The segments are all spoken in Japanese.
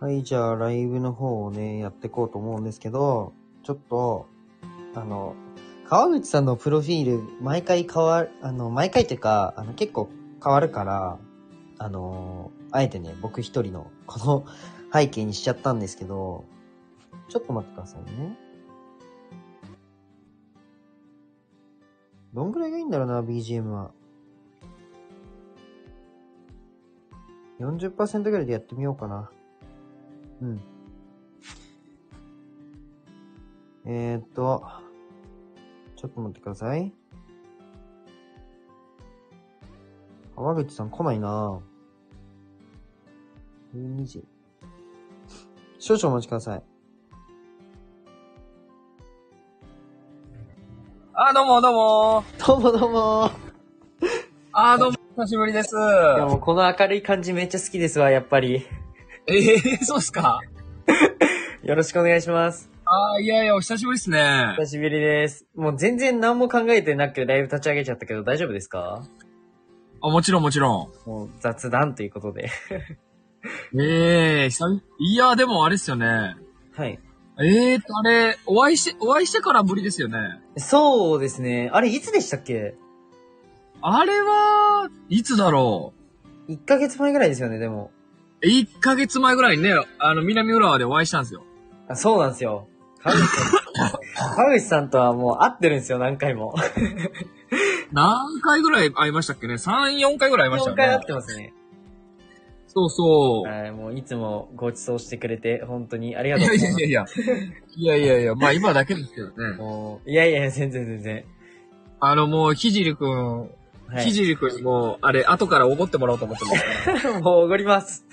はい、じゃあライブの方をね、やっていこうと思うんですけど、ちょっと、あの、川口さんのプロフィール、毎回変わる、あの、毎回っていうか、あの、結構変わるから、あの、あえてね、僕一人の、この背景にしちゃったんですけど、ちょっと待ってくださいね。どんぐらいがいいんだろうな、BGM は。40%ぐらいでやってみようかな。うん。えー、っと、ちょっと待ってください。川口さん来ないなぁ。12時。少々お待ちください。あ、どうもどうもどうもどうもあ、どうも、久しぶりです。いやもうこの明るい感じめっちゃ好きですわ、やっぱり。ええそうっすか。よろしくお願いします。あいやいや、お久しぶりですね。久しぶりです。もう全然何も考えてなくライブ立ち上げちゃったけど大丈夫ですかあ、もちろんもちろもう雑談ということで。ん。ええ久々いや、でもあれっすよね。はい。ええと、あれ、お会いして、お会いしてからぶりですよね。そうですね。あれ、いつでしたっけあれは、いつだろ ?1 ヶ月前ぐらいですよね、でも。う。1ヶ月前ぐらいにね、あの、南浦和でお会いしたんですよ。あそうなんです よ。川口さん川口さんとはもう会ってるんですよ、何回も。何回ぐらい会いましたっけね ?3、4回ぐらい会いまし4たよ回会ねっ。てますね。そうそう。はい、もういつもご馳走してくれて、本当にありいがとうやごいざいやます。いやいや。いやいやいや、まあ今だけですけどね。もういやいやいや、全然全然。あの、もう、ひじりくん、はひい。じりくんも、あれ、後からおごってもらおうと思ってます もうおごります。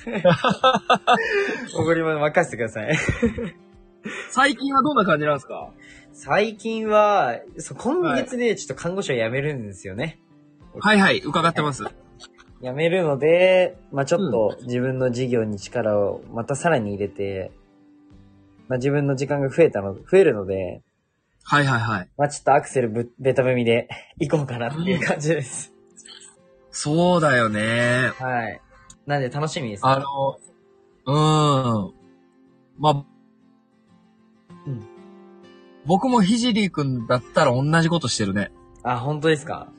おごります。任せてください。最近はどんな感じなんですか最近は、そう今月ね、ちょっと看護師を辞めるんですよね。 はいはい、伺ってます。辞めるので、まあちょっと自分の事業に力をまたさらに入れて、まあ自分の時間が増えたの、増えるので、はいはいはい。まあちょっとアクセルぶ、ベタ踏みで 行こうかなっていう感じです。そうだよね。はい。なんで楽しみです。あの、うーん。まあ、うん僕もひじりくんだったら同じことしてるね。あ、本当ですか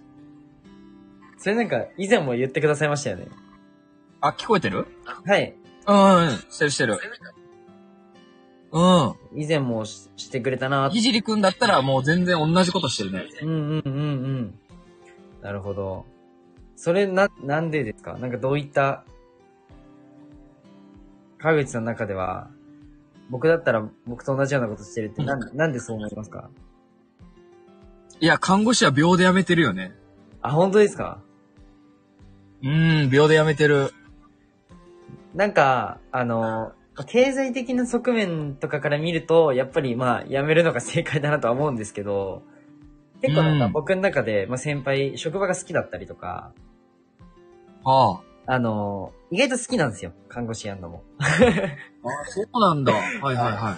それなんか、以前も言ってくださいましたよね。あ、聞こえてるはい。うん、うん、してるしてる。うん。以前もししてくれたなってひじりくんだったらもう全然同じことしてるね。うんうんうんうん。なるほど。それな、なんでですかなんかどういった、川口さんの中では、僕だったら僕と同じようなことしてるってなん、なんでそう思いますかいや、看護師は秒で辞めてるよね。あ、本当ですかうーん、秒で辞めてる。なんか、あの、経済的な側面とかから見ると、やっぱりまあ、やめるのが正解だなとは思うんですけど、結構なんかうん僕の中で、まあ先輩、職場が好きだったりとか、はあ。あの、意外と好きなんですよ。看護師やんのも。あ、そうなんだ。はいはいは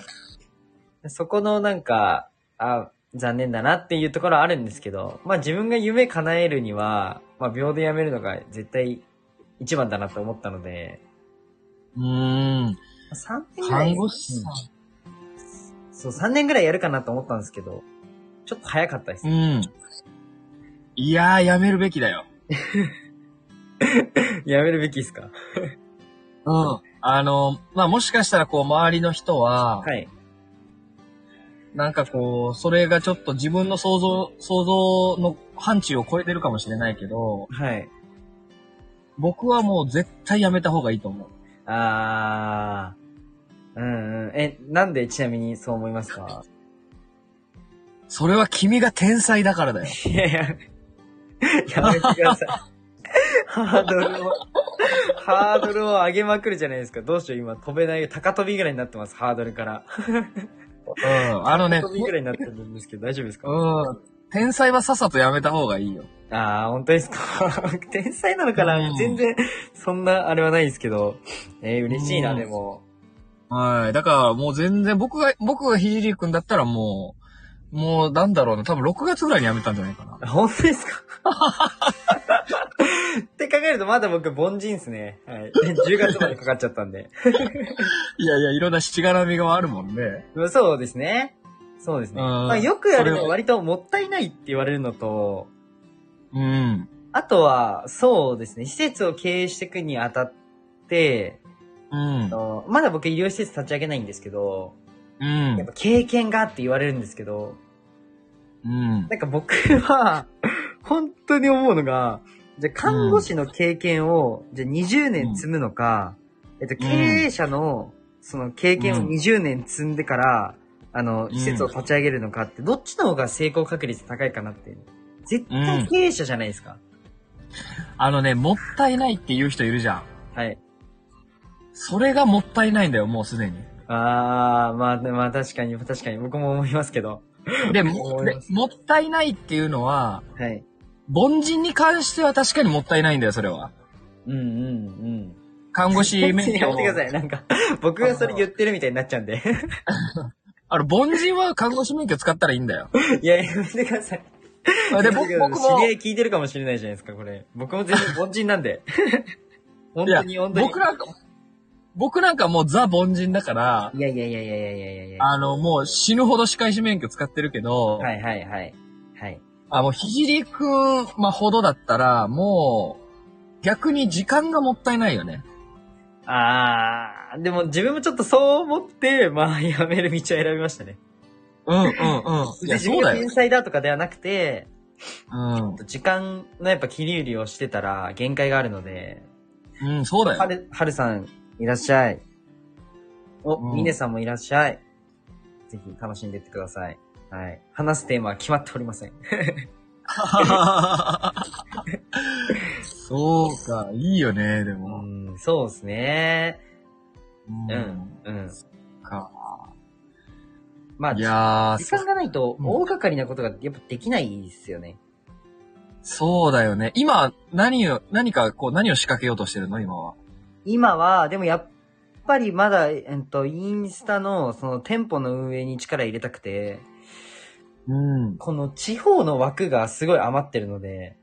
い。そこのなんか、あ、残念だなっていうところはあるんですけど、まあ自分が夢叶えるには、まあ秒でやめるのが絶対一番だなと思ったので、うーん。 3年ぐらい。看護師さそう、3年ぐらいやるかなと思ったんですけど、ちょっと早かったですん。。うん。いやー、やめるべきだよ。やめるべきですかうん。あの、まあ、もしかしたらこう、周りの人は、はい。なんかこう、それがちょっと自分の想像、想像の範疇を超えてるかもしれないけど、はい。僕はもう絶対やめた方がいいと思う。あー。うんうん。え、なんでちなみにそう思いますかそれは君が天才だからだよ。 いやいや、やめてください。ハードルを、ハードルを上げまくるじゃないですか。どうしよう、今飛べない、高飛びぐらいになってます、ハードルから。うん。あのね、飛びぐらいになってるんですけど、大丈夫ですかうん。天才はさっさとやめた方がいいよ。ああ、本当ですか天才なのかうなん全然、そんな、あれはないですけど。えー、嬉しいな、うんでも。はい。だからもう全然僕が、僕がひじりくんだったらもう、もうなんだろうな、多分6月ぐらいに辞めたんじゃないかな。本当ですかって考ええるとまだ僕凡人っすね。はい。10月までかかっちゃったんで。いやいや、いろんなしがらみがあるもんね。うんそうですね。そうですね。うんまあ、よくやるのそはれ割ともったいないって言われるのと、うん。あとは、そうですね。施設を経営していくにあたって、うんあ。のまだ僕医療施設立ち上げないんですけど、うやっん。ぱ経験がって言われるんですけど、うん。なんか僕 は、本当に思うのが、じゃあ看護師の経験を、じゃあ20年積むのか、えっと、経営者の、その経験をうん20年積んでから、あの、ん施設を立ち上げるのかって、どっちの方が成功確率高いかなって。絶対経営者じゃないですか。あのね、もったいないって言う人いるじゃん。はい。それがもったいないんだよ、もうすでに。あー、まあ、まあ確かに、確かに、僕も思いますけど。 で、思も、いでますもったいないっていうのは、はい。凡人に関しては確かにもったいないんだよ、それは。うんうんうん。看護師 免 やめ許をてください。なんか、僕がそれ言ってるみたいになっちゃうんで。 あの、凡人は看護師免許使ったらいいんだ よ。いや、やめてください。だで、僕けど僕知もり合、い聞いてるかもしれないじゃないですか、これ。僕も全然凡人なん で。本当に、本当に。僕なんか、僕なんかもうザ凡人だから、いやいやいやいやいやいやいやいや。あの、もう死ぬほど歯科医師免許使ってるけど、はいはいはい。はい。あ、もうひじりくん、まあ、ほどだったら、もう、逆に時間がもったいないよね。あー、でも自分もちょっとそう思って、まあ、やめる道を選びましたね。うんうんうん。いでや、自そ分うがだよ天。才だとかではなくて、うん。時間のやっぱ切り売りをしてたら限界があるので、うん、そうだはよ。る、はるさん、いらっしゃい。お、うんみねさんもいらっしゃい。ぜひ楽しんでいってください。はい。話すテーマは決まっておりません。 そうか、いいよね、でも。うん、そうですね。ううん。、うん。か。まあ、い時やー、間がないとうん大掛かりなことがやっぱできないですよね。そうだよね。今、何を、何か、こう、何を仕掛けようとしてるの今は。今は、でもやっぱりまだ、えっと、インスタのその店舗の運営に力入れたくて、うん。この地方の枠がすごい余ってるので、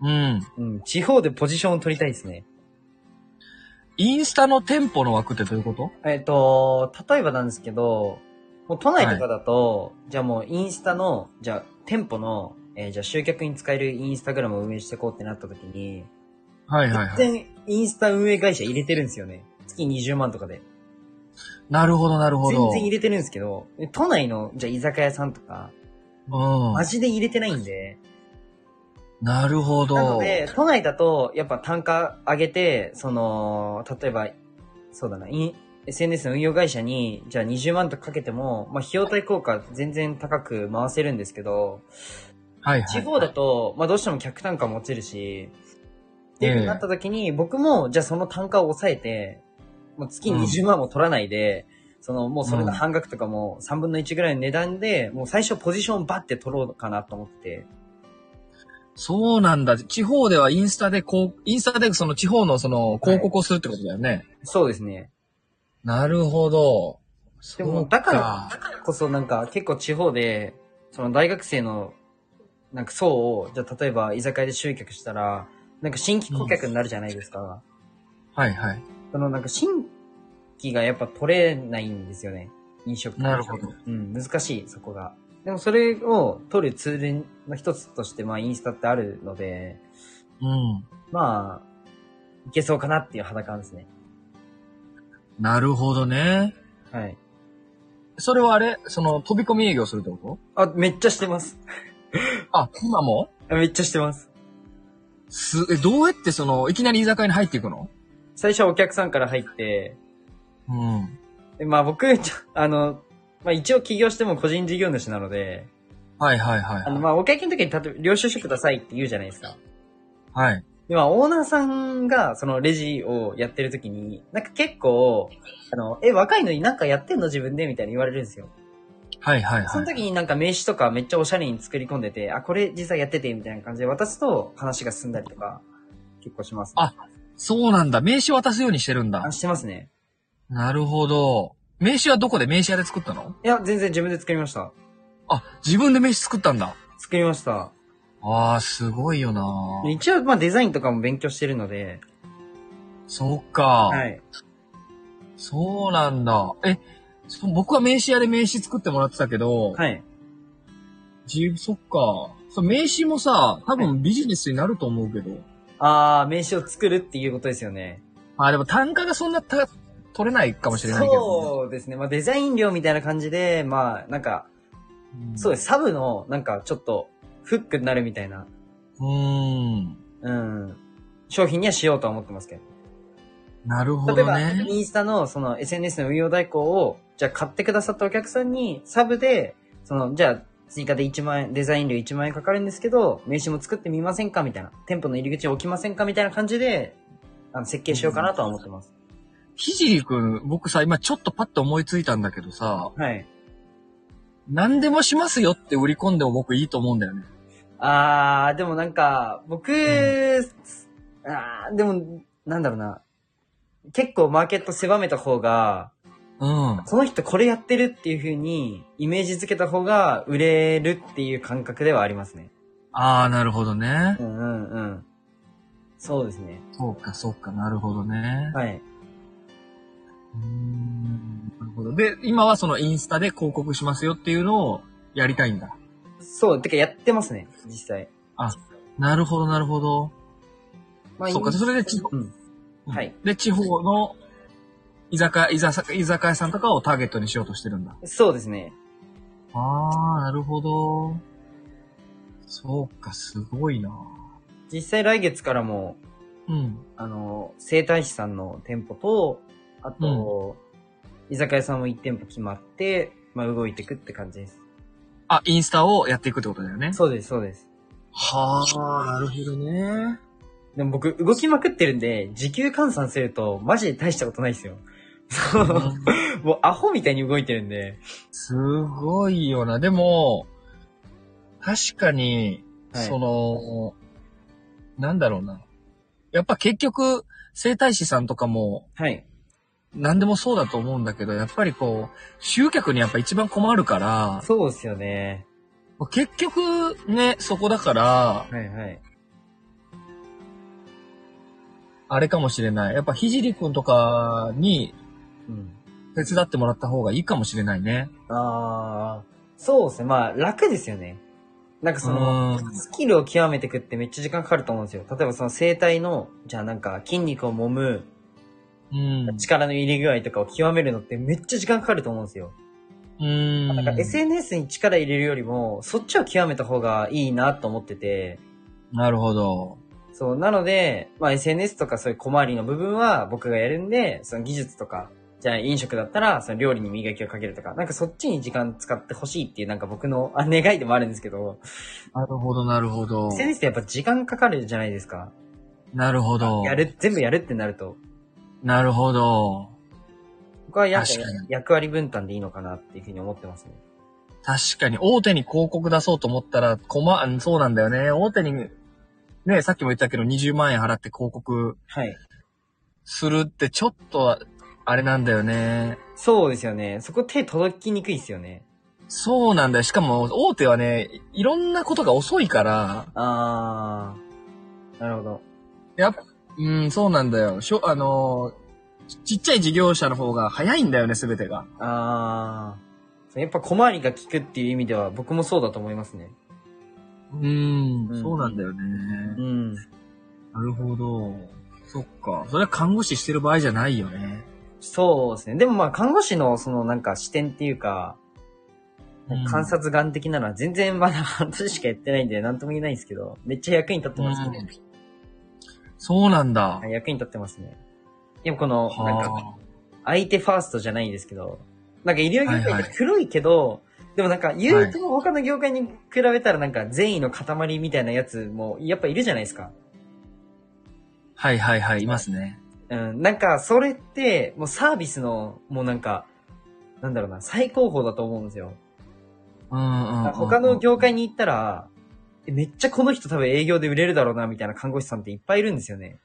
うん。うん、地方でポジションを取りたいですね。インスタの店舗の枠ってどういうことえっと、例えばなんですけど、もう都内とかだと、じゃあもうインスタの、じゃあ店舗の、えーじゃあ集客に使えるインスタグラムを運営していこうってなった時に、はいはいはい。全然インスタ運営会社入れてるんですよね。月20万とかで。なるほどなるほ全ど。然入れてるんですけど、都内の、じゃあ居酒屋さんとか、うん。マジで入れてないんで。なるほど。なので、都内だと、やっぱ単価上げて、その、例えば、そうだな、イン SNS の運用会社に、じゃあ20万とかけても、まあ費用対効果全然高く回せるんですけど、はいはい。地方だと、まあどうしても客単価も落ちるし、っていう風になった時に、僕も、じゃあその単価を抑えて、もう月うん20万も取らないで、その、もうそれの半額とかも3分の1ぐらいの値段で、もう最初ポジションバッて取ろうかなと思ってて。そうなんだ。地方ではインスタでこう、インスタでその地方のその広告をするってことだよね。そうですね。なるほど。でそも、うかだから、だからこそなんか結構地方で、その大学生の、なんか層を、じゃあ例えば居酒屋で集客したら、なんか新規顧客になるじゃないですか。はいはい。そのなんか新規がやっぱ取れないんですよね。飲食店なるほど。うん、難しい、そこが。でもそれを取るツールの一つとして、まあインスタってあるので、うん。まあ、いけそうかなっていう肌感ですね。なるほどね。はい。それはあれその飛び込み営業するってこあ、めっちゃしてます。とあ、今もあめっちゃしてます。す、え、どうやってその、いきなり居酒屋に入っていくの最初はお客さんから入って、うん。でまあ僕、ちょあの、まあ一応起業しても個人事業主なので、はいはいはいあはのい。まあお会計の時に、例えば領収書くださいって言うじゃないですか。はい。で、まあ、オーナーさんが、そのレジをやってる時に、なんか結構、あの、え、若いのになんかやってんの自分でみたいに言われるんですよ。はいはいそはのい。時になんか名刺とかめっちゃおしゃれに作り込んでて、あ、これ実際やっててみたいな感じで渡すと話が進んだりとか、結構します、あそうなんだ。名刺渡すようにしてるんだあ、。してますね。なるほど。名刺はどこで名刺屋で作ったのいや、全然自分で作りました。あ、自分で名刺作ったんだ。作りました。あわあ、すごいよな一応、まあデザインとかも勉強してるので、そうか、はい。そうなんだ。え、そ僕は名刺屋で名刺作ってもらってたけど、はい。じそっか。そう名刺もさ、多分ビジネスになると思うけど。あー、名刺を作るっていうことですよね。あ、でも単価がそんなた取れないかもしれないけど、ね。。そうですね。まあデザイン料みたいな感じで、まあなんか、そうですす。サブの、なんかちょっと、フックになるみたいな、うーん。うん、商品にはしようとは思ってますけど。なるほ例えどば、ね。インスタのその SNS の運用代行を、じゃあ買ってくださったお客さんに、サブで、その、じゃあ追加で1万円、デザイン料1万円かかるんですけど、名刺も作ってみませんかみたいな。店舗の入り口を置きませんかみたいな感じで、あの、設計しようかなとは思ってます。ひじりくん、僕さ、今ちょっとパッと思いついたんだけどさ、はい。何でもしますよって売り込んでも僕いいと思うんだよね。あー、でもなんか、僕、うあー、でも、なんだろうな。結構マーケット狭めた方が、うん。この人これやってるっていう風にイメージ付けた方が売れるっていう感覚ではありますね。ああ、なるほどねう。んうんうん。そうですね。そうか、そうか、なるほどね。はい。うーんなるほど。で、今はそのインスタで広告しますよっていうのをやりたいんだ。そう、てかやってますね、実際。なるほど、なるほど。まそうか、今それで地方、うん。はいで、地方の居酒屋、居酒居酒屋さんとかをターゲットにしようとしてるんだ。そうですね。ああ、なるほど。そうか、すごいな。実際来月からも、うん。あの、生態師さんの店舗と、あと、居酒屋さんも1店舗決まって、まあ動いてくって感じです。あ、インスタをやっていくってことだよね。そうです、そうです。はあ、なるほどね。でも僕、動きまくってるんで、時給換算すると、マジで大したことないですよ。 もうアホみたいに動いてるんで。 すごいよな。でも、確かに、はいその、なんだろうな。やっぱ結局、生態師さんとかも、はい。何でもそうだと思うんだけど、やっぱりこう、集客にやっぱ一番困るから、そうですよね。結局ね、そこだから、はいはい。あれかもしれない。やっぱひじりくんとかにうん。手伝ってもらった方がいいかもしれないね。あー、そうですね。まあ、楽ですよね。なんかその、うん。スキルを極めてくってめっちゃ時間かかると思うんですよ。例えばその生体の、じゃあなんか筋肉を揉むうん。力の入り具合とかを極めるのってめっちゃ時間かかると思うんですよ。うん。なんか SNS に力入れるよりも、そっちを極めた方がいいなと思ってて、なるほど。そう、なので、まあ SNS とかそういう小回りの部分は僕がやるんで、その技術とか、じゃあ飲食だったら、その料理に磨きをかけるとか、なんかそっちに時間使ってほしいっていうなんか僕のあ願いでもあるんですけど、なるほど、なるほど。 SNS ってやっぱ時間かかるじゃないですか。なるほど。やる、全部やるってなると。なるほど。僕はやっぱ確かに役割分担でいいのかなっていうふうに思ってますね。確かに、大手に広告出そうと思ったら、こま、うんそうなんだよね。大手に、ね、さっきも言ったけど、20万円払って広告はい。するって、ちょっと、あれなんだよね。そうですよね。そこ手届きにくいですよね。そうなんだよ。しかも、大手はね、いろんなことが遅いから、あー。なるほど。やっぱ、うん、そうなんだよ。しょ、あのーちちっちゃい事業者の方が早いんだよね、すべてが。あー。そうやっぱ小回りが効くっていう意味では僕もそうだと思いますね。うんうんそうなんだよね。うん。なるほど。そっか。それは看護師してる場合じゃないよね。そうですね。でもまあ、看護師のそのなんか視点っていうか、観察眼的なのは全然まだ 半年しかやってないんで、なんとも言えないんですけど、めっちゃ役に立ってますね。そうなんだ。はい役に立ってますね。でもこの、なんか、は相手ファーストじゃないんですけど、なんか医療業はい界っはて黒いけど、でもなんか言うとも他の業界に比べたらなんか善意の塊みたいなやつもやっぱいるじゃないですか。あはいはいはい、いますね。うん、なんかそれってもうサービスのもうなんか、なんだろうな、最高峰だと思うんですよ。うんうんうんうん。他の業界に行ったら、えめっちゃこの人多分営業で売れるだろうな、みたいな看護師さんっていっぱいいるんですよね。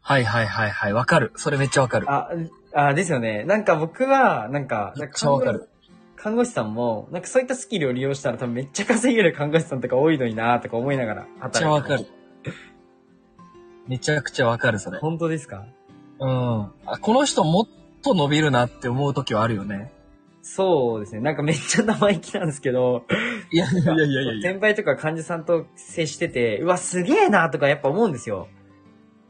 はいはいはいはい、わかる。それめっちゃわかる。あ、あですよね。なんか僕は、なんか、めっちゃわかる看護。看護師さんも、なんかそういったスキルを利用したら多分めっちゃ稼げる看護師さんとか多いのになーとか思いながら働いめっちゃわかる。。めちゃくちゃわかる、それ。本当ですかうん。あ、この人もっと伸びるなって思う時はあるよね。そうですね。なんかめっちゃ生意気なんですけど、いやいやいやいやいや。先輩とか患者さんと接してて、うわ、すげえなとかやっぱ思うんですよ。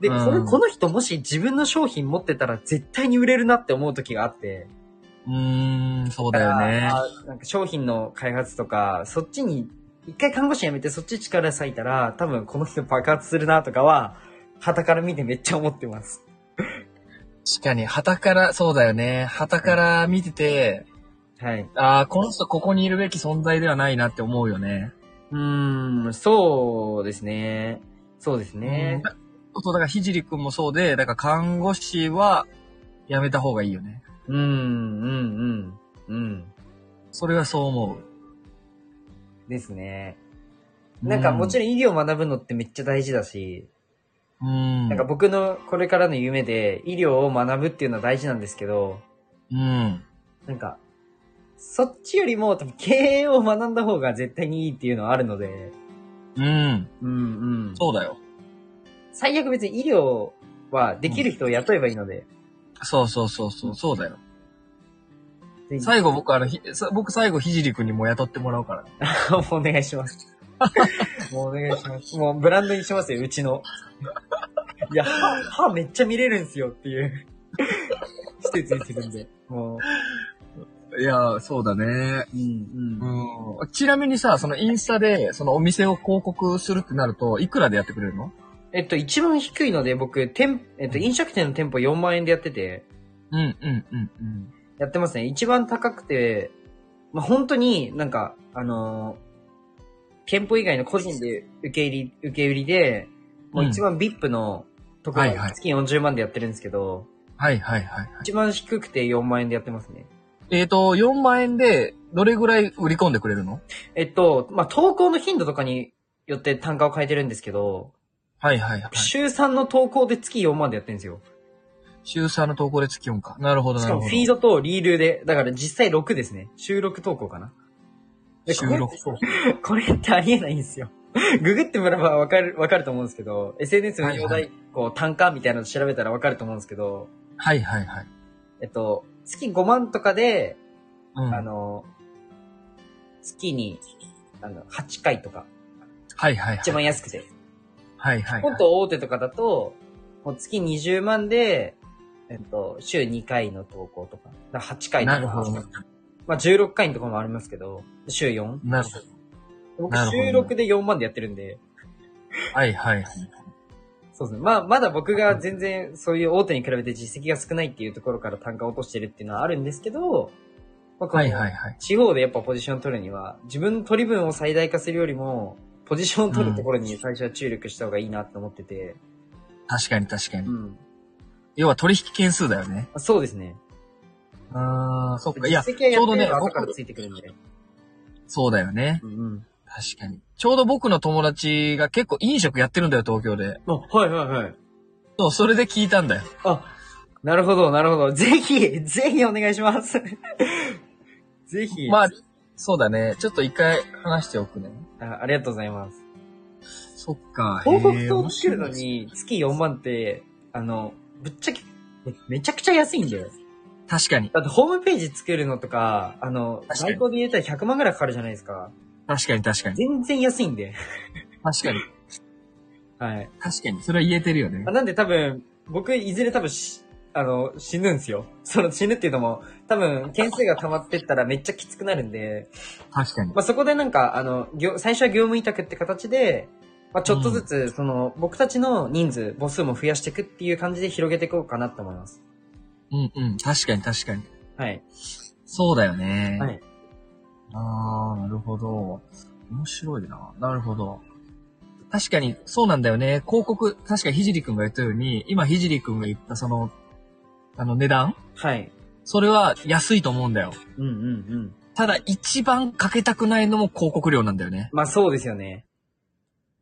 で、うんそれ、この人もし自分の商品持ってたら絶対に売れるなって思う時があって。うーん、そうだよね。あなんか商品の開発とか、そっちに、一回看護師辞めてそっち力割いたら、多分この人爆発するなとかは、旗から見てめっちゃ思ってます。確かに、旗から、そうだよね。旗から見てて、はい。ああ、この人ここにいるべき存在ではないなって思うよね。うーん、そうですね。そうですね。うん。そう、だから、ひじりくんもそうで、だから看護師はやめた方がいいよね。うーん、うん、うん、うん。それはそう思ですね。う。なんかもちろろん医療を学ぶのってめっちゃ大事だし、ん、うん。なんか僕のこれからの夢で医療を学ぶっていうのは大事なんですけど、うん。なんか、そっちよりも多分経営を学んだ方が絶対にいいっていうのはあるので、うん。うんうん。そうだよ。最悪別に医療はできる人を雇えばいいので。そうそうそうそう、そうだよ。ぜひ最後僕あの、ひさ僕最後ひじりくんにも雇ってもらうから。もうお願いします。もうお願いします。もうブランドにしますよ、うちの。いや、歯、歯めっちゃ見れるんすよっていう。施設にするんで。もいやー、そうだね。う。うんうん。うん。ちなみにさ、そのインスタで、そのお店を広告するってなると、いくらでやってくれるのえっと、一番低いので僕、店、えっと、飲食店の店舗4万円でやってて、うん、うん、うん、うん。やってますね。一番高くて、まあ、本当になんか、あのー店舗以外の個人で受け入り、受け売りで、もう一番 VIP のところ、はいはい月40万でやってるんですけど、はい、はい、はい。一番低くて4万円でやってますね。えっ、と、4万円で、どれぐらい売り込んでくれるのえっと、まあ、投稿の頻度とかによって単価を変えてるんですけど、はいはいはい。週3の投稿で月4万でやってるんですよ。週3の投稿で月4か。なるほどしなかるもほど。フィードとリールで、だから実際6ですね。収録投稿かな。で週6投稿。これってありえないんですよ。 ググってもらえばわかる、わかると思うんですけど、SNS の用はいは代、こう、単価みたいなの調べたらわかると思うんですけど、はいはいはい。えっと、月5万とかで、うん。あはいの、月に、あの、8回とか、はいはい。一番安くて。はいはいもっはい。と大手とかだと、もう月20万で、えっと、週2回の投稿とか、だから8回となか、るほど。まあ16回のところもありますけど、週 4? なるほど。僕なるほど週6で4万でやってるんで、はいはいはい。そうですね。まあ、まだ僕が全然そういう大手に比べて実績が少ないっていうところから単価を落としてるっていうのはあるんですけど、まあ、こはのいはいはい。地方でやっぱポジションを取るには、自分の取り分を最大化するよりも、ポジションを取るところに最初は注力した方がいいなと思ってて、確かに確かうに。ん。要は取引件数だよね。あそうですね。あー、そっか。い実や、績はやちょっうどてれねば後僕からついてくるんで。そうだよね。うんうん。確かに。ちょうど僕の友達が結構飲食やってるんだよ、東京で。あ、はいはいはい。そう、それで聞いたんだよ。あ、なるほど、なるほど。ぜひ、ぜひお願いします。 ぜひ。まあ、そうだね。ちょっと一回話しておくね。あ、ありがとうございます。そっか。広へ告ー塔を作るの。に月4万って、あの、ぶっちゃけ、めめちゃくちゃ安いんだよ。確かに。だってホームページ作るのとか、あの、確かに在庫で入れたら100万ぐらいかかるじゃないですか。確かに確かに。全然安いんで。確かに。はい。確かに。それは言えてるよねあ。なんで多分、僕、いずれ多分し、あの、死ぬんすよ。その死ぬっていうのも、多分、件数が溜まってったらめっちゃきつくなるんで、確かに。まあ、そこでなんか、あの、業最初は業務委託って形で、まあ、ちょっとずつ、その、僕たちの人数、母数も増やしていくっていう感じで広げていこうかなと思います。うんうん。確かに確かに。はい。そうだよね。はい。あー、なるほど。面白いな。なるほど。確かに、そうなんだよね。広告、確かにひじりくんが言ったように、今ひじりくんが言ったその、あの値段はい。それは安いと思うんだよ。うんうんうん。ただ一番かけたくないのも広告料なんだよね。まあそうですよね。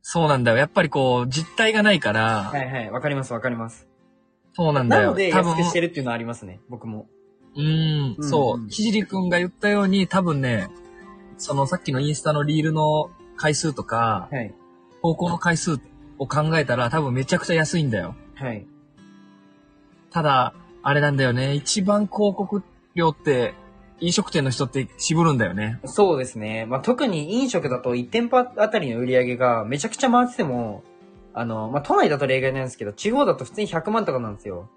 そうなんだよ。やっぱりこう、実体がないから、はいはい。わかりますわかります。そうなんだなよ。ので、多安分くしてるっていうのはありますね。僕も。うん、うんそうう。んひじりくんが言ったように、多分ね、そのさっきのインスタのリールの回数とか、はい。投稿の回数を考えたら多分めちゃくちゃ安いんだよ。はい。ただ、あれなんだよね。一番広告料って、飲食店の人って渋るんだよね。そうですね。まあ、特に飲食だと1店舗あたりの売り上げがめちゃくちゃ回ってても、あの、まあ、都内だと例外なんですけど、地方だと普通に100万とかなんですよ。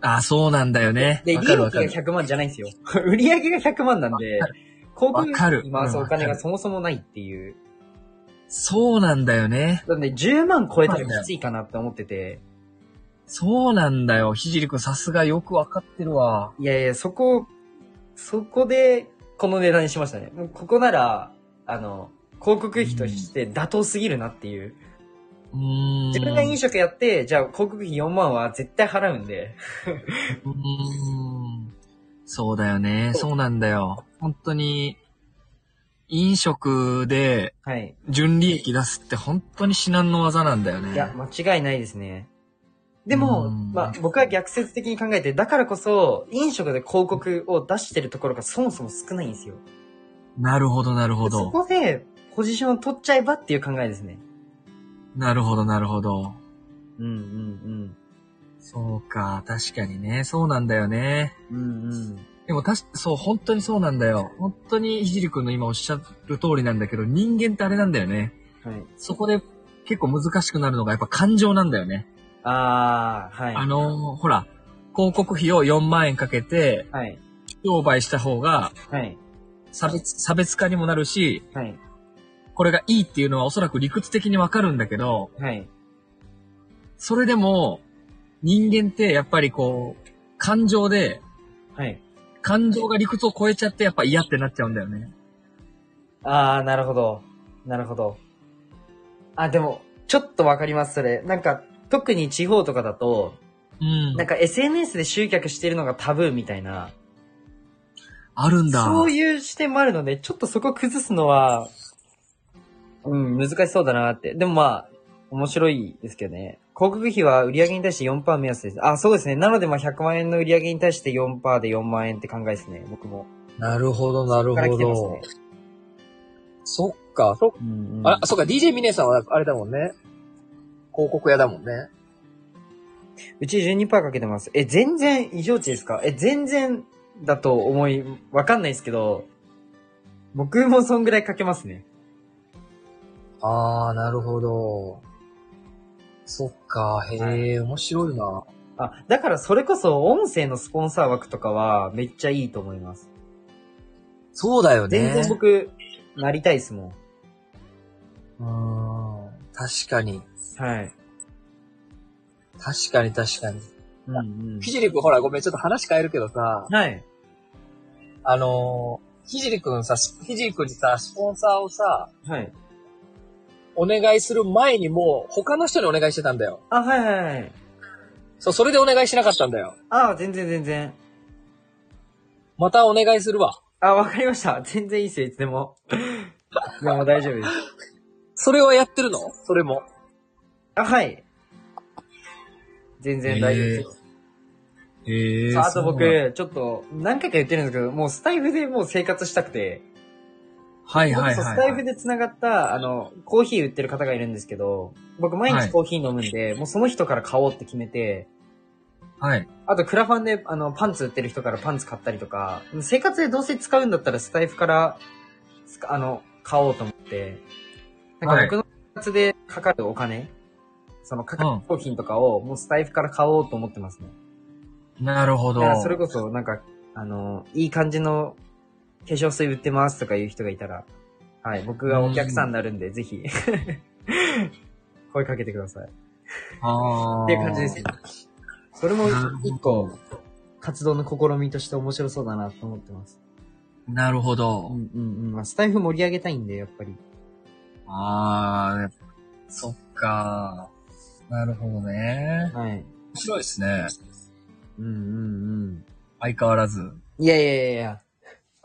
あ、そうなんだよね。で、わ利益かるがわかる。 100万じゃないんですよ。 売り上げが100万なんでわか、広告わかるに回すお金うんわかがるそもそもないっていう。そうなんだよね。なんで、10万超えたらきついかなって思ってて、そうなんだよ。ひじりくんさすがよくわかってるわ。いやいや、そこ、そこで、この値段にしましたね。もうここなら、あの、広告費として妥当すぎるなっていう。うーん。自分が飲食やって、じゃあ広告費4万は絶対払うんで。うーんそうだよね。そうなんだよ。本当に、飲食ではい。純利益出すって本当に至難の技なんだよいねや、。間違いないですね。でも、うんまあ僕は逆説的に考えて、だからこそ飲食で広告を出してるところがそもそも少ないんですよ。なるほど、なるほそど。こでポジションを取っちゃえばっていう考えですね。なるほど、なるほど。うんうんそうか、確かにね。そうなんだよね。うん。うんうん。でも確か、そう、本当にそうなんだよ。本当にひじりくんの今おっしゃる通りなんだけど、人間ってあれなんだよね。はい。そこで結構難しくなるのがやっぱ感情なんだよね。あー、はい。あのーほら、広告費を4万円かけて、はい。商売した方がはい。差別、差別化にもなるし、はい。これがいいっていうのはおそらく理屈的にわかるんだけど、はい。それでも、人間ってやっぱりこう、感情で、はい。感情が理屈を超えちゃってやっぱ嫌ってなっちゃうんだよね。あー、なるほど。なるほど。あ、でも、ちょっとわかります、それ。なんか、特に地方とかだと、うんなん。か SNS で集客してるのがタブーみたいな、あるんだ。そういう視点もあるので、ちょっとそこ崩すのは、うん、難しそうだなって。でもまあ、面白いですけどね。広告費は売上に対して4%目安です。あ、そうですね。なのでまあ100万円の売上に対して4%で4万円って考えですね、僕も。なるほど、なるから来てますね。そっか。そうんうんあ、そっか、DJ ミネさんはあれだもんね。広告屋だもんね。うち12%かけてます。え、全然異常値ですかえ、全然だと思い、わかんないですけど、僕もそんぐらいかけますね。あー、なるほど。そっか、へー、面白いな。あ、だからそれこそ音声のスポンサー枠とかはめっちゃいいと思います。そうだよね。全然僕、なりたいですもん。うーん。確かに。はい。確かに確かに。うんうん。ひじりくん、ほら、ごめん、ちょっと話変えるけどさ、はい。あのー、ひじりくんさ、しひじりくんにさ、スポンサーをさ、はい。お願いする前にもう、他の人にお願いしてたんだよ。あ、はいはいはい。そう、それでお願いしなかったんだよ。あ、全然全然。またお願いするわ。あ、わかりました。全然いいっすよ、いつで も。いや、もう大丈夫です。それはやってるのそれも。あ、はい。全然大丈夫ですよ。へああと僕、ちょっと、何回か言ってるんですけど、もうスタイフでもう生活したくて、はいはいそれこそはスいタイはフい。で繋がった、あの、コーヒー売ってる方がいるんですけど、僕毎は日いコーヒー飲むんで、もうその人から買おうって決めて、はい。あとクラファンで、あの、パンツ売ってる人からパンツ買ったりとか、生活でどうせ使うんだったらスタイフから、つかあの、買おうと思って、なんかはい僕の生活でかかるお金、そのかかる商品とかをもうスタイフから買おうと思ってますね。なるほどだか。らそれこそ、なんか、あの、いい感じの化粧水売ってますとかいう人がいたら、はい、僕がお客さんになるんで、ぜひ、 声かけてください。あーっていう感じですね。それもなるほど一個、活動の試みとして面白そうだなと思ってます。なるほうど。んうんうん。まあ、スタイフ盛り上げたいんで、やっぱり。ああ、そっか。なるほどね。はい。面白いですね。うんうんうん。相変わらず。いやいやいやいや。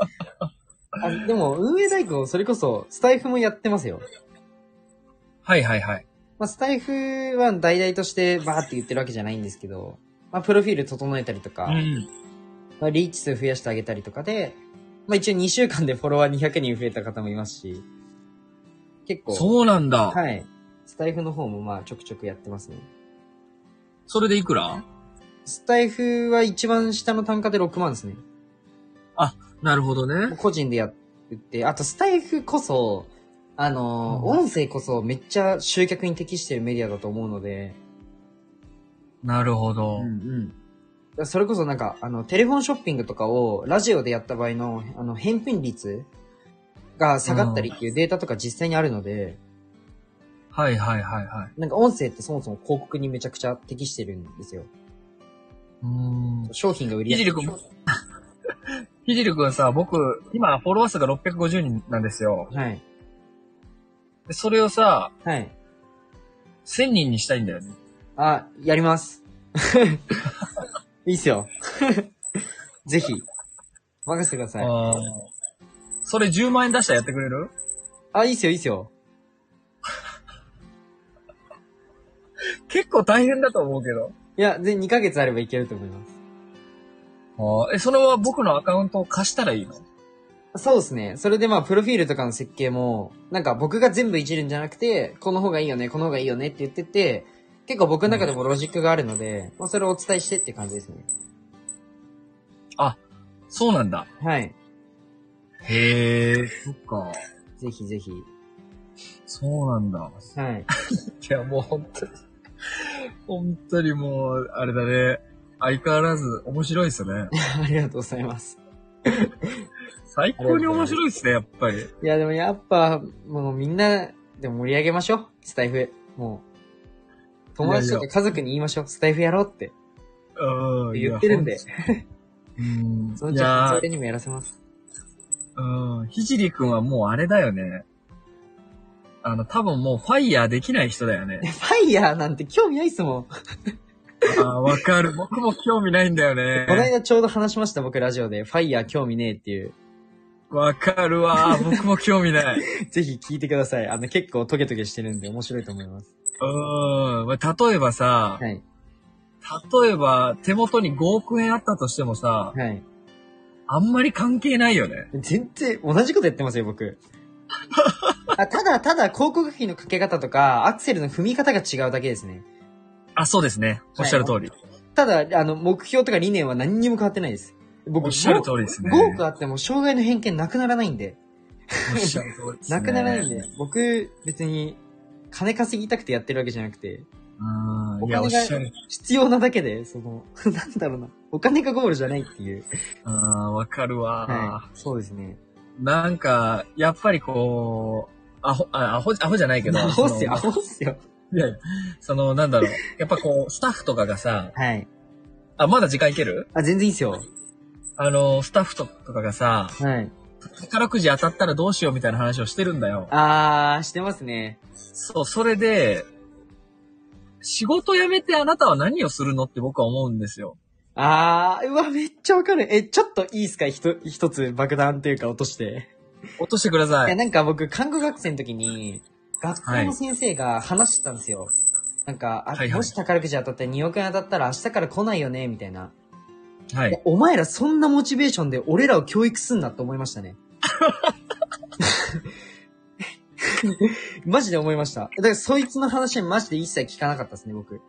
あでも、運営代行、それこそ、スタイフもやってますよ。はいはいはい。まあ、スタイフは代々としてバーって言ってるわけじゃないんですけど、まあ、プロフィール整えたりとか、うん。まあ、リーチ数増やしてあげたりとかで、まあ一応2週間で フォロワー200人増えた方もいますし、結構、そうなんだ。はい。スタイフの方もまあちょくちょくやってますね。それでいくらスタイフは一番下の単価で6万ですね。なるほどね。個人でやって、あとスタイフこそ、あのー、うん音声こそめっちゃ集客に適してるメディアだと思うので、なるほど。んうん。それこそなんか、あの、テレフォンショッピングとかをラジオでやった場合の、あの、返品率が下がったりっていうデータとか実際にあるので、はいはいはいはい。なんか音声ってそもそも広告にめちゃくちゃ適してるんですよ。うーん。商品が売りひやすじい。りくん、 ひじりくんさ、僕、今フォロワー数が650人なんですよ。はい。でそれをさ、はい。 1000人にしたいんだよね。あ、やります。 いいっすよ。 ぜひ、任せてください。あーそれ10万円出したらやってくれるあ、いいっすよ、いいっすよ。結構大変だと思うけど。いや、で、2ヶ月あればいけると思います。あーえ、それは僕のアカウントを貸したらいいのそうですね。それでまあ、プロフィールとかの設計も、なんか僕が全部いじるんじゃなくて、この方がいいよね、この方がいいよねって言ってて、結構僕の中でもロジックがあるので、まあ、それをお伝えしてって感じですね。そうなんだ。はい。へえ、そっか。ぜひぜひ。そうなんだ。 はい。いや、もう本当に、本当にもう、あれだね。相変わらず面白いですね。ありがとうございます。最高に面白いですね、やっぱり。いや、でもやっぱ、もうみんなで盛り上げましょう。スタイフ。もう。友達といやかい家族に言いましょう。スタイフやろうってうん言ってるんで。。いやうんそのういちやそれにもやらせます。ー、うん。ひじりくんはもうあれだよね。あの、多分もうファイヤーできない人だよね。ファイヤーなんて興味ないっすもん。あーわかる。 僕も興味ないんだよこのね。間ちょうど話しました、僕ラジオで。ファイヤー興味ねえっていう。わかるわ。僕も興味ない。ぜひ聞いてください。あの、結構トゲトゲしてるんで面白いと思います。うん。まあ例えば さ、はい。例えば手元に5億円あったとしてもさ、はい。あんまり関係ないよね。全然、同じことやってますよ、 僕。あただ、ただ、広告費のかけ方とか、アクセルの踏み方が違うだけですね。あ、そうですね。おっしゃる通り。ただ、あの、目標とか理念は何にも変わってないです。僕、おっしゃる通りですね。 5億あっても、障害の偏見なくならないんで。おっしゃる通りですね。なくならないんで。僕、別に、金稼ぎたくてやってるわけじゃなくて、うん。おいや、おっ金がしゃる。必要なだけで、その、 なんだろうな、お金がゴールじゃないっていう。うん、わかるわ、はい。そうですね。なんか、やっぱりこう、アホ、あアホ、アホじゃないけど。アホっすよ、アそのホっすよ。いやいやその、なんだろう。やっぱこう、スタッフとかがさ、はい。あ、まだ時間いけるあ、全然いいっすよ。あの、スタッフとかがさ、はい。宝くじ当たったらどうしようみたいな話をしてるんだよ。あー、してますね。そう、それで、仕事辞めてあなたは何をするのって僕は思うんですよ。あー、うわ、めっちゃわかる。え、ちょっといいっすかひと一つ爆弾というか落として。落としてくだいさや、い。なんか僕、看護学生の時に、学校の先生が話してたんですよ。なんか、あはいはいもし宝くじ当たって2億円当たったら明日から来ないよね、みたいな。はいやい。お前らそんなモチベーションで俺らを教育すんなって思いま したね。 マジで思いました。だからそいつの話はマジで一切聞かなかったですね、僕。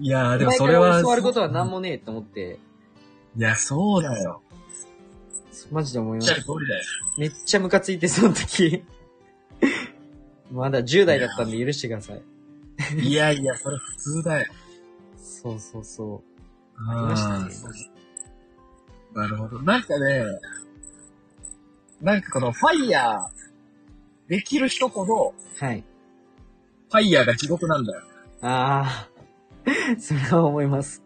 いやー、でも前そかれらは、教わることは何もねえって思って、いや、そうだよ。マジで思いまおしっしゃたる。通りだよ。めっちゃムカついて、その時。まだ10代だったんで許してください。いやいや、それ普通だよ。そうそうそう。あありましたね。なるほど。なんかね、なんかこのファイヤー、できる人ほど、はい。ファイヤーが地獄なんだよ。ああ、それは思います。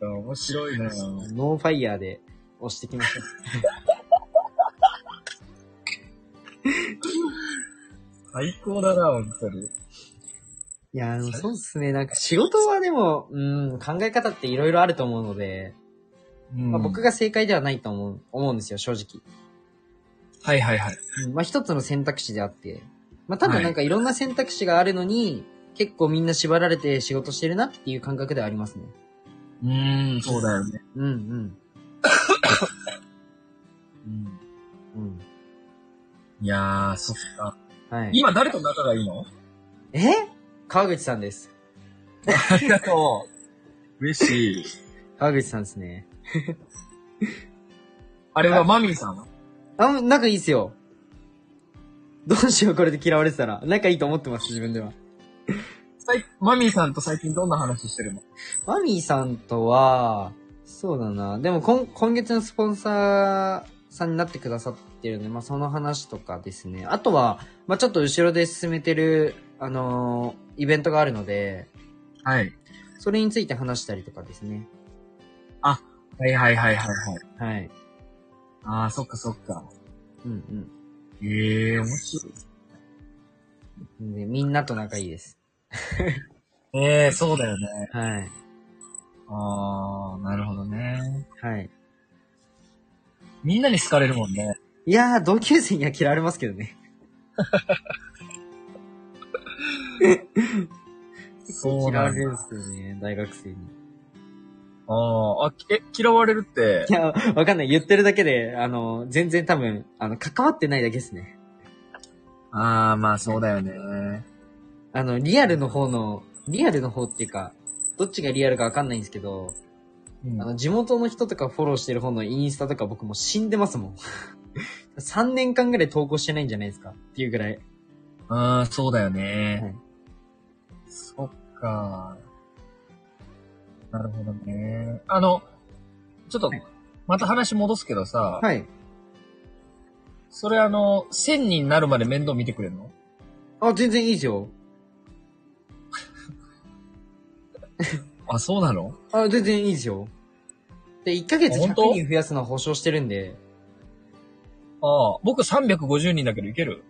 面白いなノンファイヤーで押してきましょ最高だな、本当に。う。いやー、でもそうっすね。なんか仕事はでも、うん、考え方っていろいろあると思うので、うんまあ、僕が。が正解ではないと思う思うんですよ、正直。はいはいはい。うんまあ一つの選択肢であって。まあただなんかいろんな選択肢があるのに、結構みんな縛られて仕事してるなっていう感覚ではありますね。うーん、そうだよね。うんうん。うん。うん。いやー、そっか。はい。今誰と仲がいいのえ川口さんです。ありがとう。嬉しい。 川口さんですね。あれはマミーさんあ、仲いいっすよ。どうしよう、これで嫌われてたら。仲いいと思ってます、自分では。最マミーさんと最近どんな話してるのマミーさんとは、そうだな。でも今、今月のスポンサーさんになってくださってるんで、まあ、その話とかですね。あとは、まあ、ちょっと後ろで進めてる、あのーイベントがあるので、はい。それについて話したりとかですね。はいはいはいはいはい。はい。あー、そっかそっか。うんうん。ええー、面白い。でみんなと仲いいです。ええー、そうだよね。はい。あー、なるほどね。はい。みんなに好かれるもんね。いやー、同級生には嫌われますけどね。そう嫌なわんれるんだで。すけどね、大学生に。あー、あ、え、嫌われるってい。や、わかんない。言ってるだけで、あの、全然多分、あの、関わってないだけですね。あー、まあそうだよね。あの、リアルの方の、リアルの方っていうか、どっちがリアルかわかんないんですけど、うんあの、地元の人とかフォローしてる方のインスタとか僕もう死んでますもん。3年間ぐらい投稿してないんじゃないですかっていうぐらい。ああ、そうだよね。はいそっか。なるほどね。あの、ちょっと、また話戻すけどさ、はい。それあの、1000人になるまで面倒見てくれるのあ、全然いいですよ。あ、そうなのあ、全然いいですよ。で、1ヶ月あ本当100人増やすのは保証してるんで、ああ、僕350人だけどいける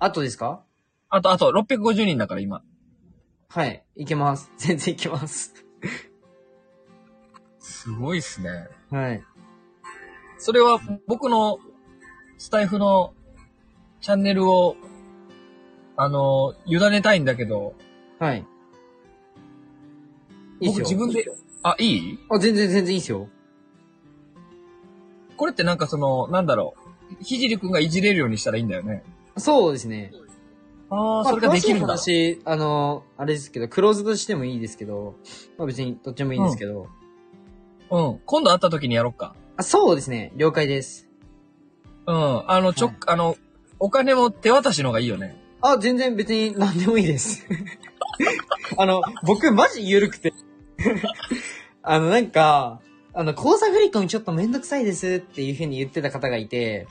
あとですかあと、あと、650人だから今。はい。いけます。 全然いけます。すごいっすね。はい。それは僕のスタイフのチャンネルを、あの、委ねたいんだけど、はい。いいっすよ。僕自分で、あ、いいあ、全然全然いいっすよ。これってなんかその、なんだろう。ひじりくんがいじれるようにしたらいいんだよね。そうですね。あまあ、詳しい話、あの、あれですけど、クローズドしてもいいですけど、まあ別にどっちでもいいんですけど。うん。今度会った時にやろっか。あ、そうですね。了解です。うん。あの、ちょ、はいあの、お金も手渡しの方がいいよね。あ、全然別に何でもいいです。 あの、僕マジ緩くて。 あの、なんか、あの、口座振り込みちょっとめんどくさいですっていう風に言ってた方がいて、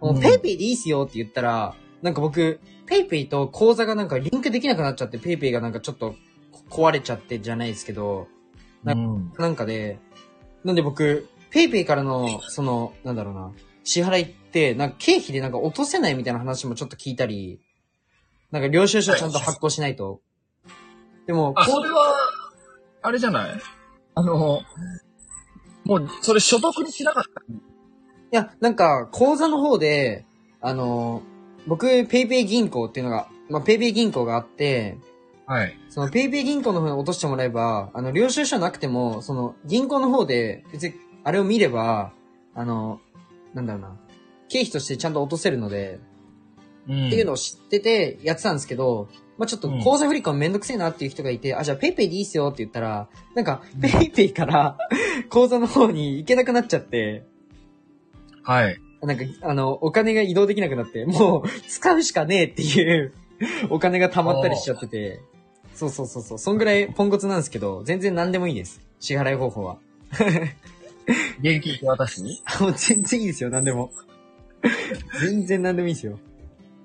もうう、んペイペイでいいっすよって言ったら、なんか僕、ペイペイと口座がなんかリンクできなくなっちゃって、ペイペイがなんかちょっと壊れちゃってじゃないですけど、ん。なんかで、なんで僕、ペイペイからの、その、なんだろうな、支払いって、なんか経費でなんか落とせないみたいな話もちょっと聞いたり、なんか領収書ちゃんと発行しないと。でも、あ、こそれは、あれじゃないあの、もう、それ所得にしなかった。ういや、なんか、口座の方で、あの、僕、ペイペイ銀行っていうのが、まあ、ペイペイ銀行があって、はい。そのペイペイ銀行の方に落としてもらえば、あの、領収書なくても、その、銀行の方で、別に、あれを見れば、あの、なんだろうな、経費としてちゃんと落とせるので、うん。っていうのを知っててやってたんですけど、まあちょっとうん口座振り込みめんどくせえなっていう人がいて、あ、じゃあペイペイでいいっすよって言ったら、なんか、ペイペイから口座の方に行けなくなっちゃって、はい。なんか、あの、お金が移動できなくなって、もう、使うしかねえっていう、お金が溜まったりしちゃってて、そうそうそうそう、そんぐらいポンコツなんですけど、全然何でもいいです。支払い方法は。現金手渡しあもう全然いいですよ、何で も。全然何でもいいですよ。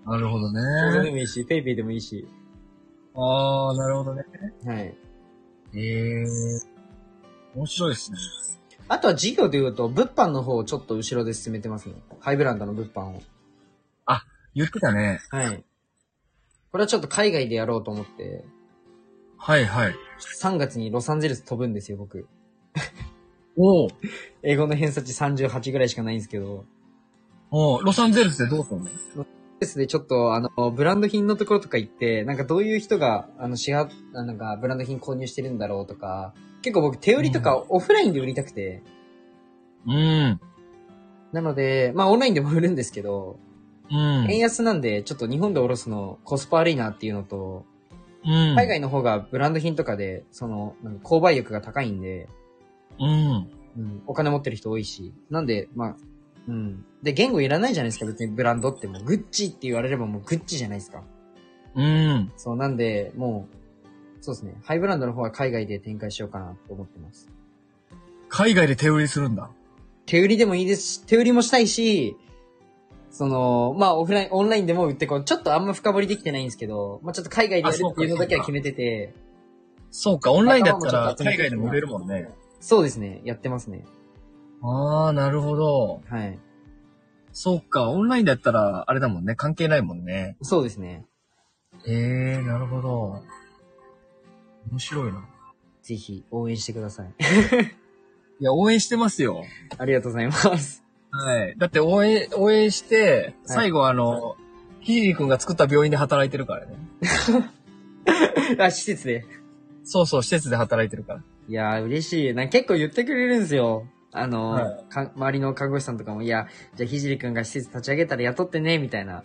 なるほど口座でね。もいいし、ペイペイでもいいし。ああ、なるほどね。はい。ええ面白いですね。あとは事業で言うと、物販の方をちょっと後ろで進めてますね。ハイブランドの物販を。言ってたね。はい。これはちょっと海外でやろうと思って、はいはい。 3月にロサンゼルス飛ぶんですよ、僕。おお。英語の偏差値38ぐらいしかないんですけど、おうロサンゼルスでどうすんのですね、ちょっと、あの、ブランド品のところとか行って、なんかどういう人が、あの、シェア、なんかブランド品購入してるんだろうとか、結構僕、手売りとかオフラインで売りたくて、うん。なので、まあオンラインでも売るんですけど、うん。円安なんで、ちょっと日本でおろすのコスパ悪いなっていうのと、うん。海外の方がブランド品とかで、その、なんか購買力が高いんで、うん。うん、お金持ってる人多いし、なんで、まあ、うん。で、言語いらないじゃないですか、別にブランドってもう、グッチって言われればもうグッチじゃないですか。うん。そう、なんで、もう、そうですね、ハイブランドの方は海外で展開しようかなと思ってます。海外で手売りするんだ。手売りでもいいですし、手売りもしたいし、その、まあ、オフライン、オンラインでも売って、こう、ちょっとあんま深掘りできてないんですけど、まあ、ちょっと海外でやるっていうのだけは決めてて、そうか、オンラインだった頭らもちょっと集め海て外でも売れるもんね。そうですね、やってますね。ああ、なるほど。はい。そうか、オンラインだったら、あれだもんね、関係ないもんね。そうですね。ええー、なるほど。面白いな。ぜひ、応援してください。 いや、応援してますよ。ありがとうございます。 はい。だって応援、応援して、最後あの、ひじりくんが作った病院で働いてるからね。あ、施設で。そうそう、施設で働いてるから。いやー、嬉しい。なんか結構言ってくれるんですよ。あのーはか周りの看護師さんとかも、いや、じゃあひじりくんが施設立ち上げたら雇ってね、みたいな。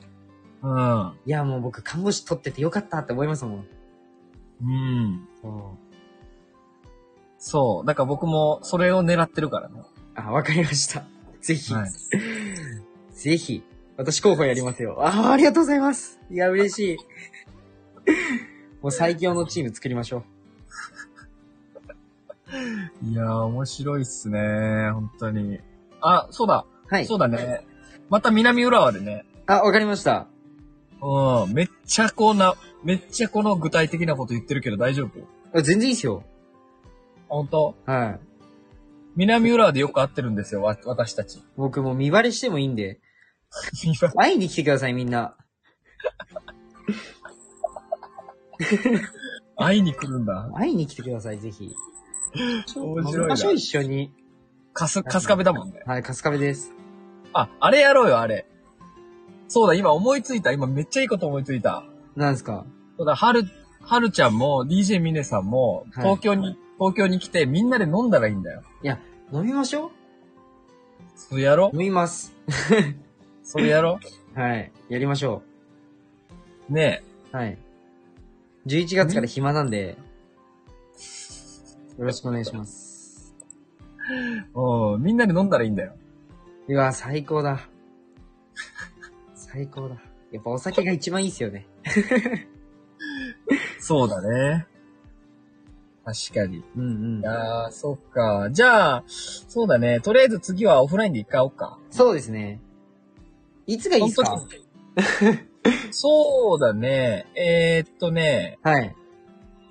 うん。いや、もう僕、看護師取っててよかったって思いますもん。うん。そう。だから僕もそれを狙ってるからね。あ、わかりました。 ぜひ、はいぜひ、私候補やりますよ。あー、ありがとうございます。いや、嬉し い。もう最強のチーム作りましょう。 いやー、面白いっすね。本当に。あ、そうだ。はいそう。だね。また南浦和でね。あ、わかりました。うん。めっちゃこうな、めっちゃこの具体的なこと言ってるけど大丈夫あ全然いいですよ。本当はい。南浦和でよく会ってるんですよ、わ私たち。僕もう見バレしてもいいんで、今会いに来てください、みんな。会いに来るんだ。会いに来てください、ぜひ。面飲白みいなましょう、一緒に。かす、かすかべだもんね。はい、カスカベです。あ、あれやろうよ、あれ。そうだ、今思いついた。今めっちゃいいこと思いついた。なんですかそうだ、はる、はるちゃんも、DJ ミネさんも、はい東京に、東京に来てみんなで飲んだらいいんだよ。飲みましょうそれやろ飲みます。それやろはい。やりましょねう。はい。11月から暇なんで、よろしくお願いします。え。うん、みんなで飲んだらいいんだよ。うわ、最高だ。最高だ。やっぱお酒が一番いいっすよね。そうだね。確かに。いうんうん。やー、そっか。じゃあ、そうだね。とりあえず次はオフラインで一回会おうか。そうですね。いつがいいっすかその時 そうだね。えー、っとね。はい。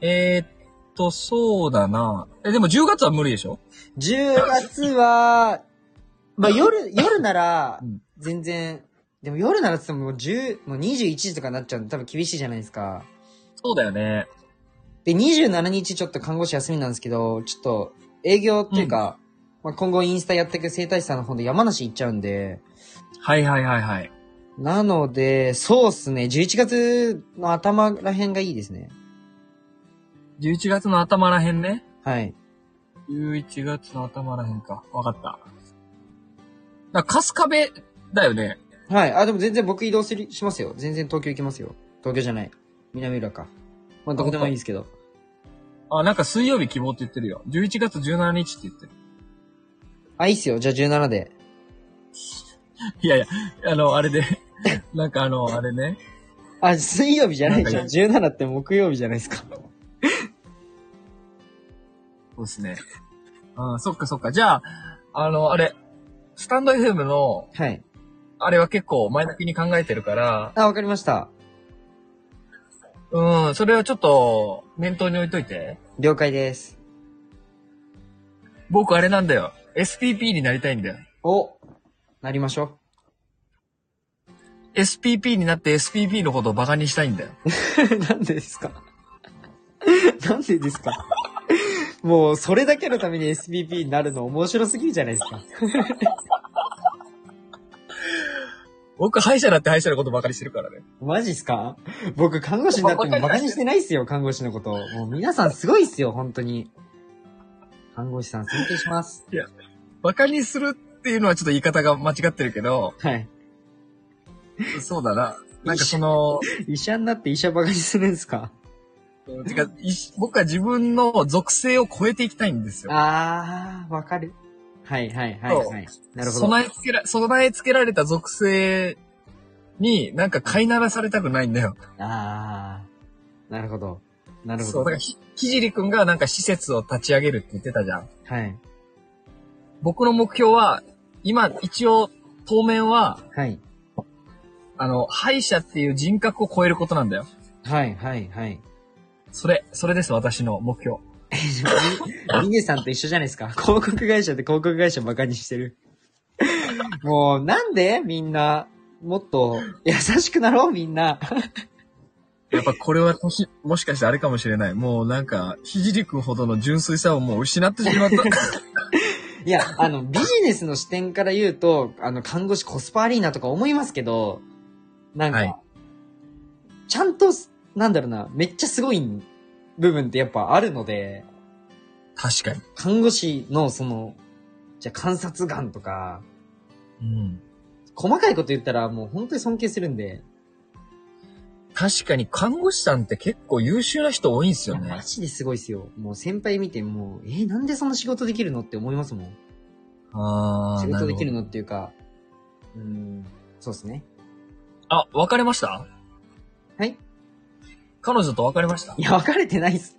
えー、っと、そうだな。え、でも10月は無理でしょ10月は、まあ夜、夜ならうん、全然、でも夜ならつってももう10、もう21時とかになっちゃうんで多分厳しいじゃないですか。そうだよね。で、27日ちょっと看護師休みなんですけど、ちょっと営業っていうか、まあ、今後インスタやっていく生態師さんの方で山梨行っちゃうんで、はいはいはいはい。なので、そうっすね、11月の頭ら辺がいいですね。 11月の頭らへんね。はい。 11月の頭らへんか。わかった。だから、カスカベだよね。はい。あ、でも全然僕移動する、しますよ。全然東京行きますよ。東京じゃない。南浦か。まあ、どこでもいいですけど。あ、なんか水曜日希望って言ってるよ。11月17日って言ってる。 あ、いいっすよ。じゃあ17で。いやいや、あの、あれで、 なんかあの、あれね。あ、水曜日じゃないでしょ。なん17って木曜日じゃないですか。そうですね。あそっかそっか。じゃあ、あの、あれ、スタンド FM の、 はい。あれは結構前向きに考えてるから、あ、わかりました。うん、それをちょっと、念頭に置いといて。了解です。僕あれなんだよ。SPP になりたいんだよ。お、なりましょう。 SPP になって SPP のことをバカにしたいんだよ。 なんでですかなんでですかもう、それだけのために SPP になるの面白すぎるじゃないですか。僕、歯医者だって歯医者のことばかりしてるからね。マジっすか僕、看護師になっても馬鹿にしてないっすよ、看護師のこと。もう皆さんすごいっすよ、本当に。看護師さん尊敬します。バカにするっていうのはちょっと言い方が間違ってるけど、はい。そうだな。なんかその、医者になって医者馬鹿にするんすかてかいし僕は自分の属性を超えていきたいんですよ。あー、わかる。はいはいはいはい。なるほど。備え付けら、備え付けられた属性になんか飼いならされたくないんだよ。あー、なるほど。なるそほどう、だから。ひ、ひじりくんがなんか施設を立ち上げるって言ってたじゃん。はい。僕の目標は、今、一応、当面は、はい。あの、歯医者っていう人格を超えることなんだよ。はいはいはい。それ、それです、私の目標。 ミネさんと一緒じゃないですか。広告会社で広告会社バカにして る。もう、なんでみんな、もっと優しくなろうみんな。やっぱこれはもし、もしかしてあれかもしれない。もうなんか、ひじりくんほどの純粋さをもう失ってしま った。いや、あの、ビジネスの視点から言うと、あの、看護師コスパアリーナとか思いますけど、なんか、はいちゃんと、なんだろうな、めっちゃすごい部分ってやっぱあるので、確かに。看護師のその、じゃあ観察眼とか、うん。細かいこと言ったらもう本当に尊敬するんで、確かに看護師さんって結構優秀な人多いんですよいやねマ。ジですごいっすよ。もう先輩見てもう、えーなんでそんな仕事できるのって思いますもん。あ仕ーな事ほどできるのっていうか、うーん、そうですね。あ、別れましたはい彼女と別れましたいや、別れてないっす。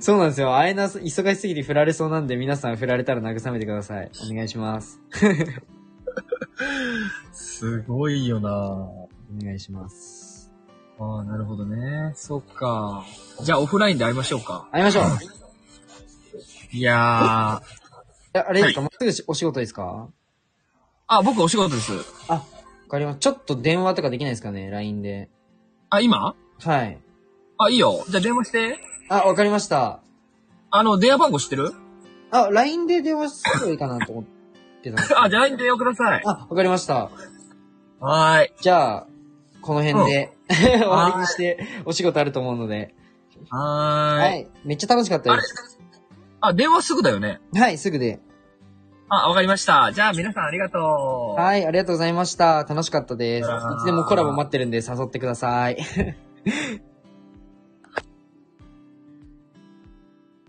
そうなんですよ。あえな、忙しすぎて振られそうなんで、皆さん振られたら慰めてください。お願いします。すごいよなお願いします。ああ、なるほどね。そっか。じゃあオフラインで会いましょうか。会いましょう。いやえー。あれですか、もうすぐしお仕事ですかわあ、僕お仕事です。かります。ちょっと電話とかできないですかね ?LINE で。あ、今はい。あ、いいよ。じゃあ電話して。あ、わかりました。あの、電話番号知ってる あ、LINE で電話すればいいかなと思ってたんですけどあ、じゃあ LINE で電話ください。あ、わかりました。はーい。じゃあ、この辺で、 終わりにして、お仕事あると思うので。はーい。はい。めっちゃ楽しかったです。あ、電話すぐだよね。はい、すぐで。あ、わかりました。じゃあ皆さんありがとう。い。はい、ありがとうございました。楽しかったです。いあーつでもコラボ待ってるんで誘ってください。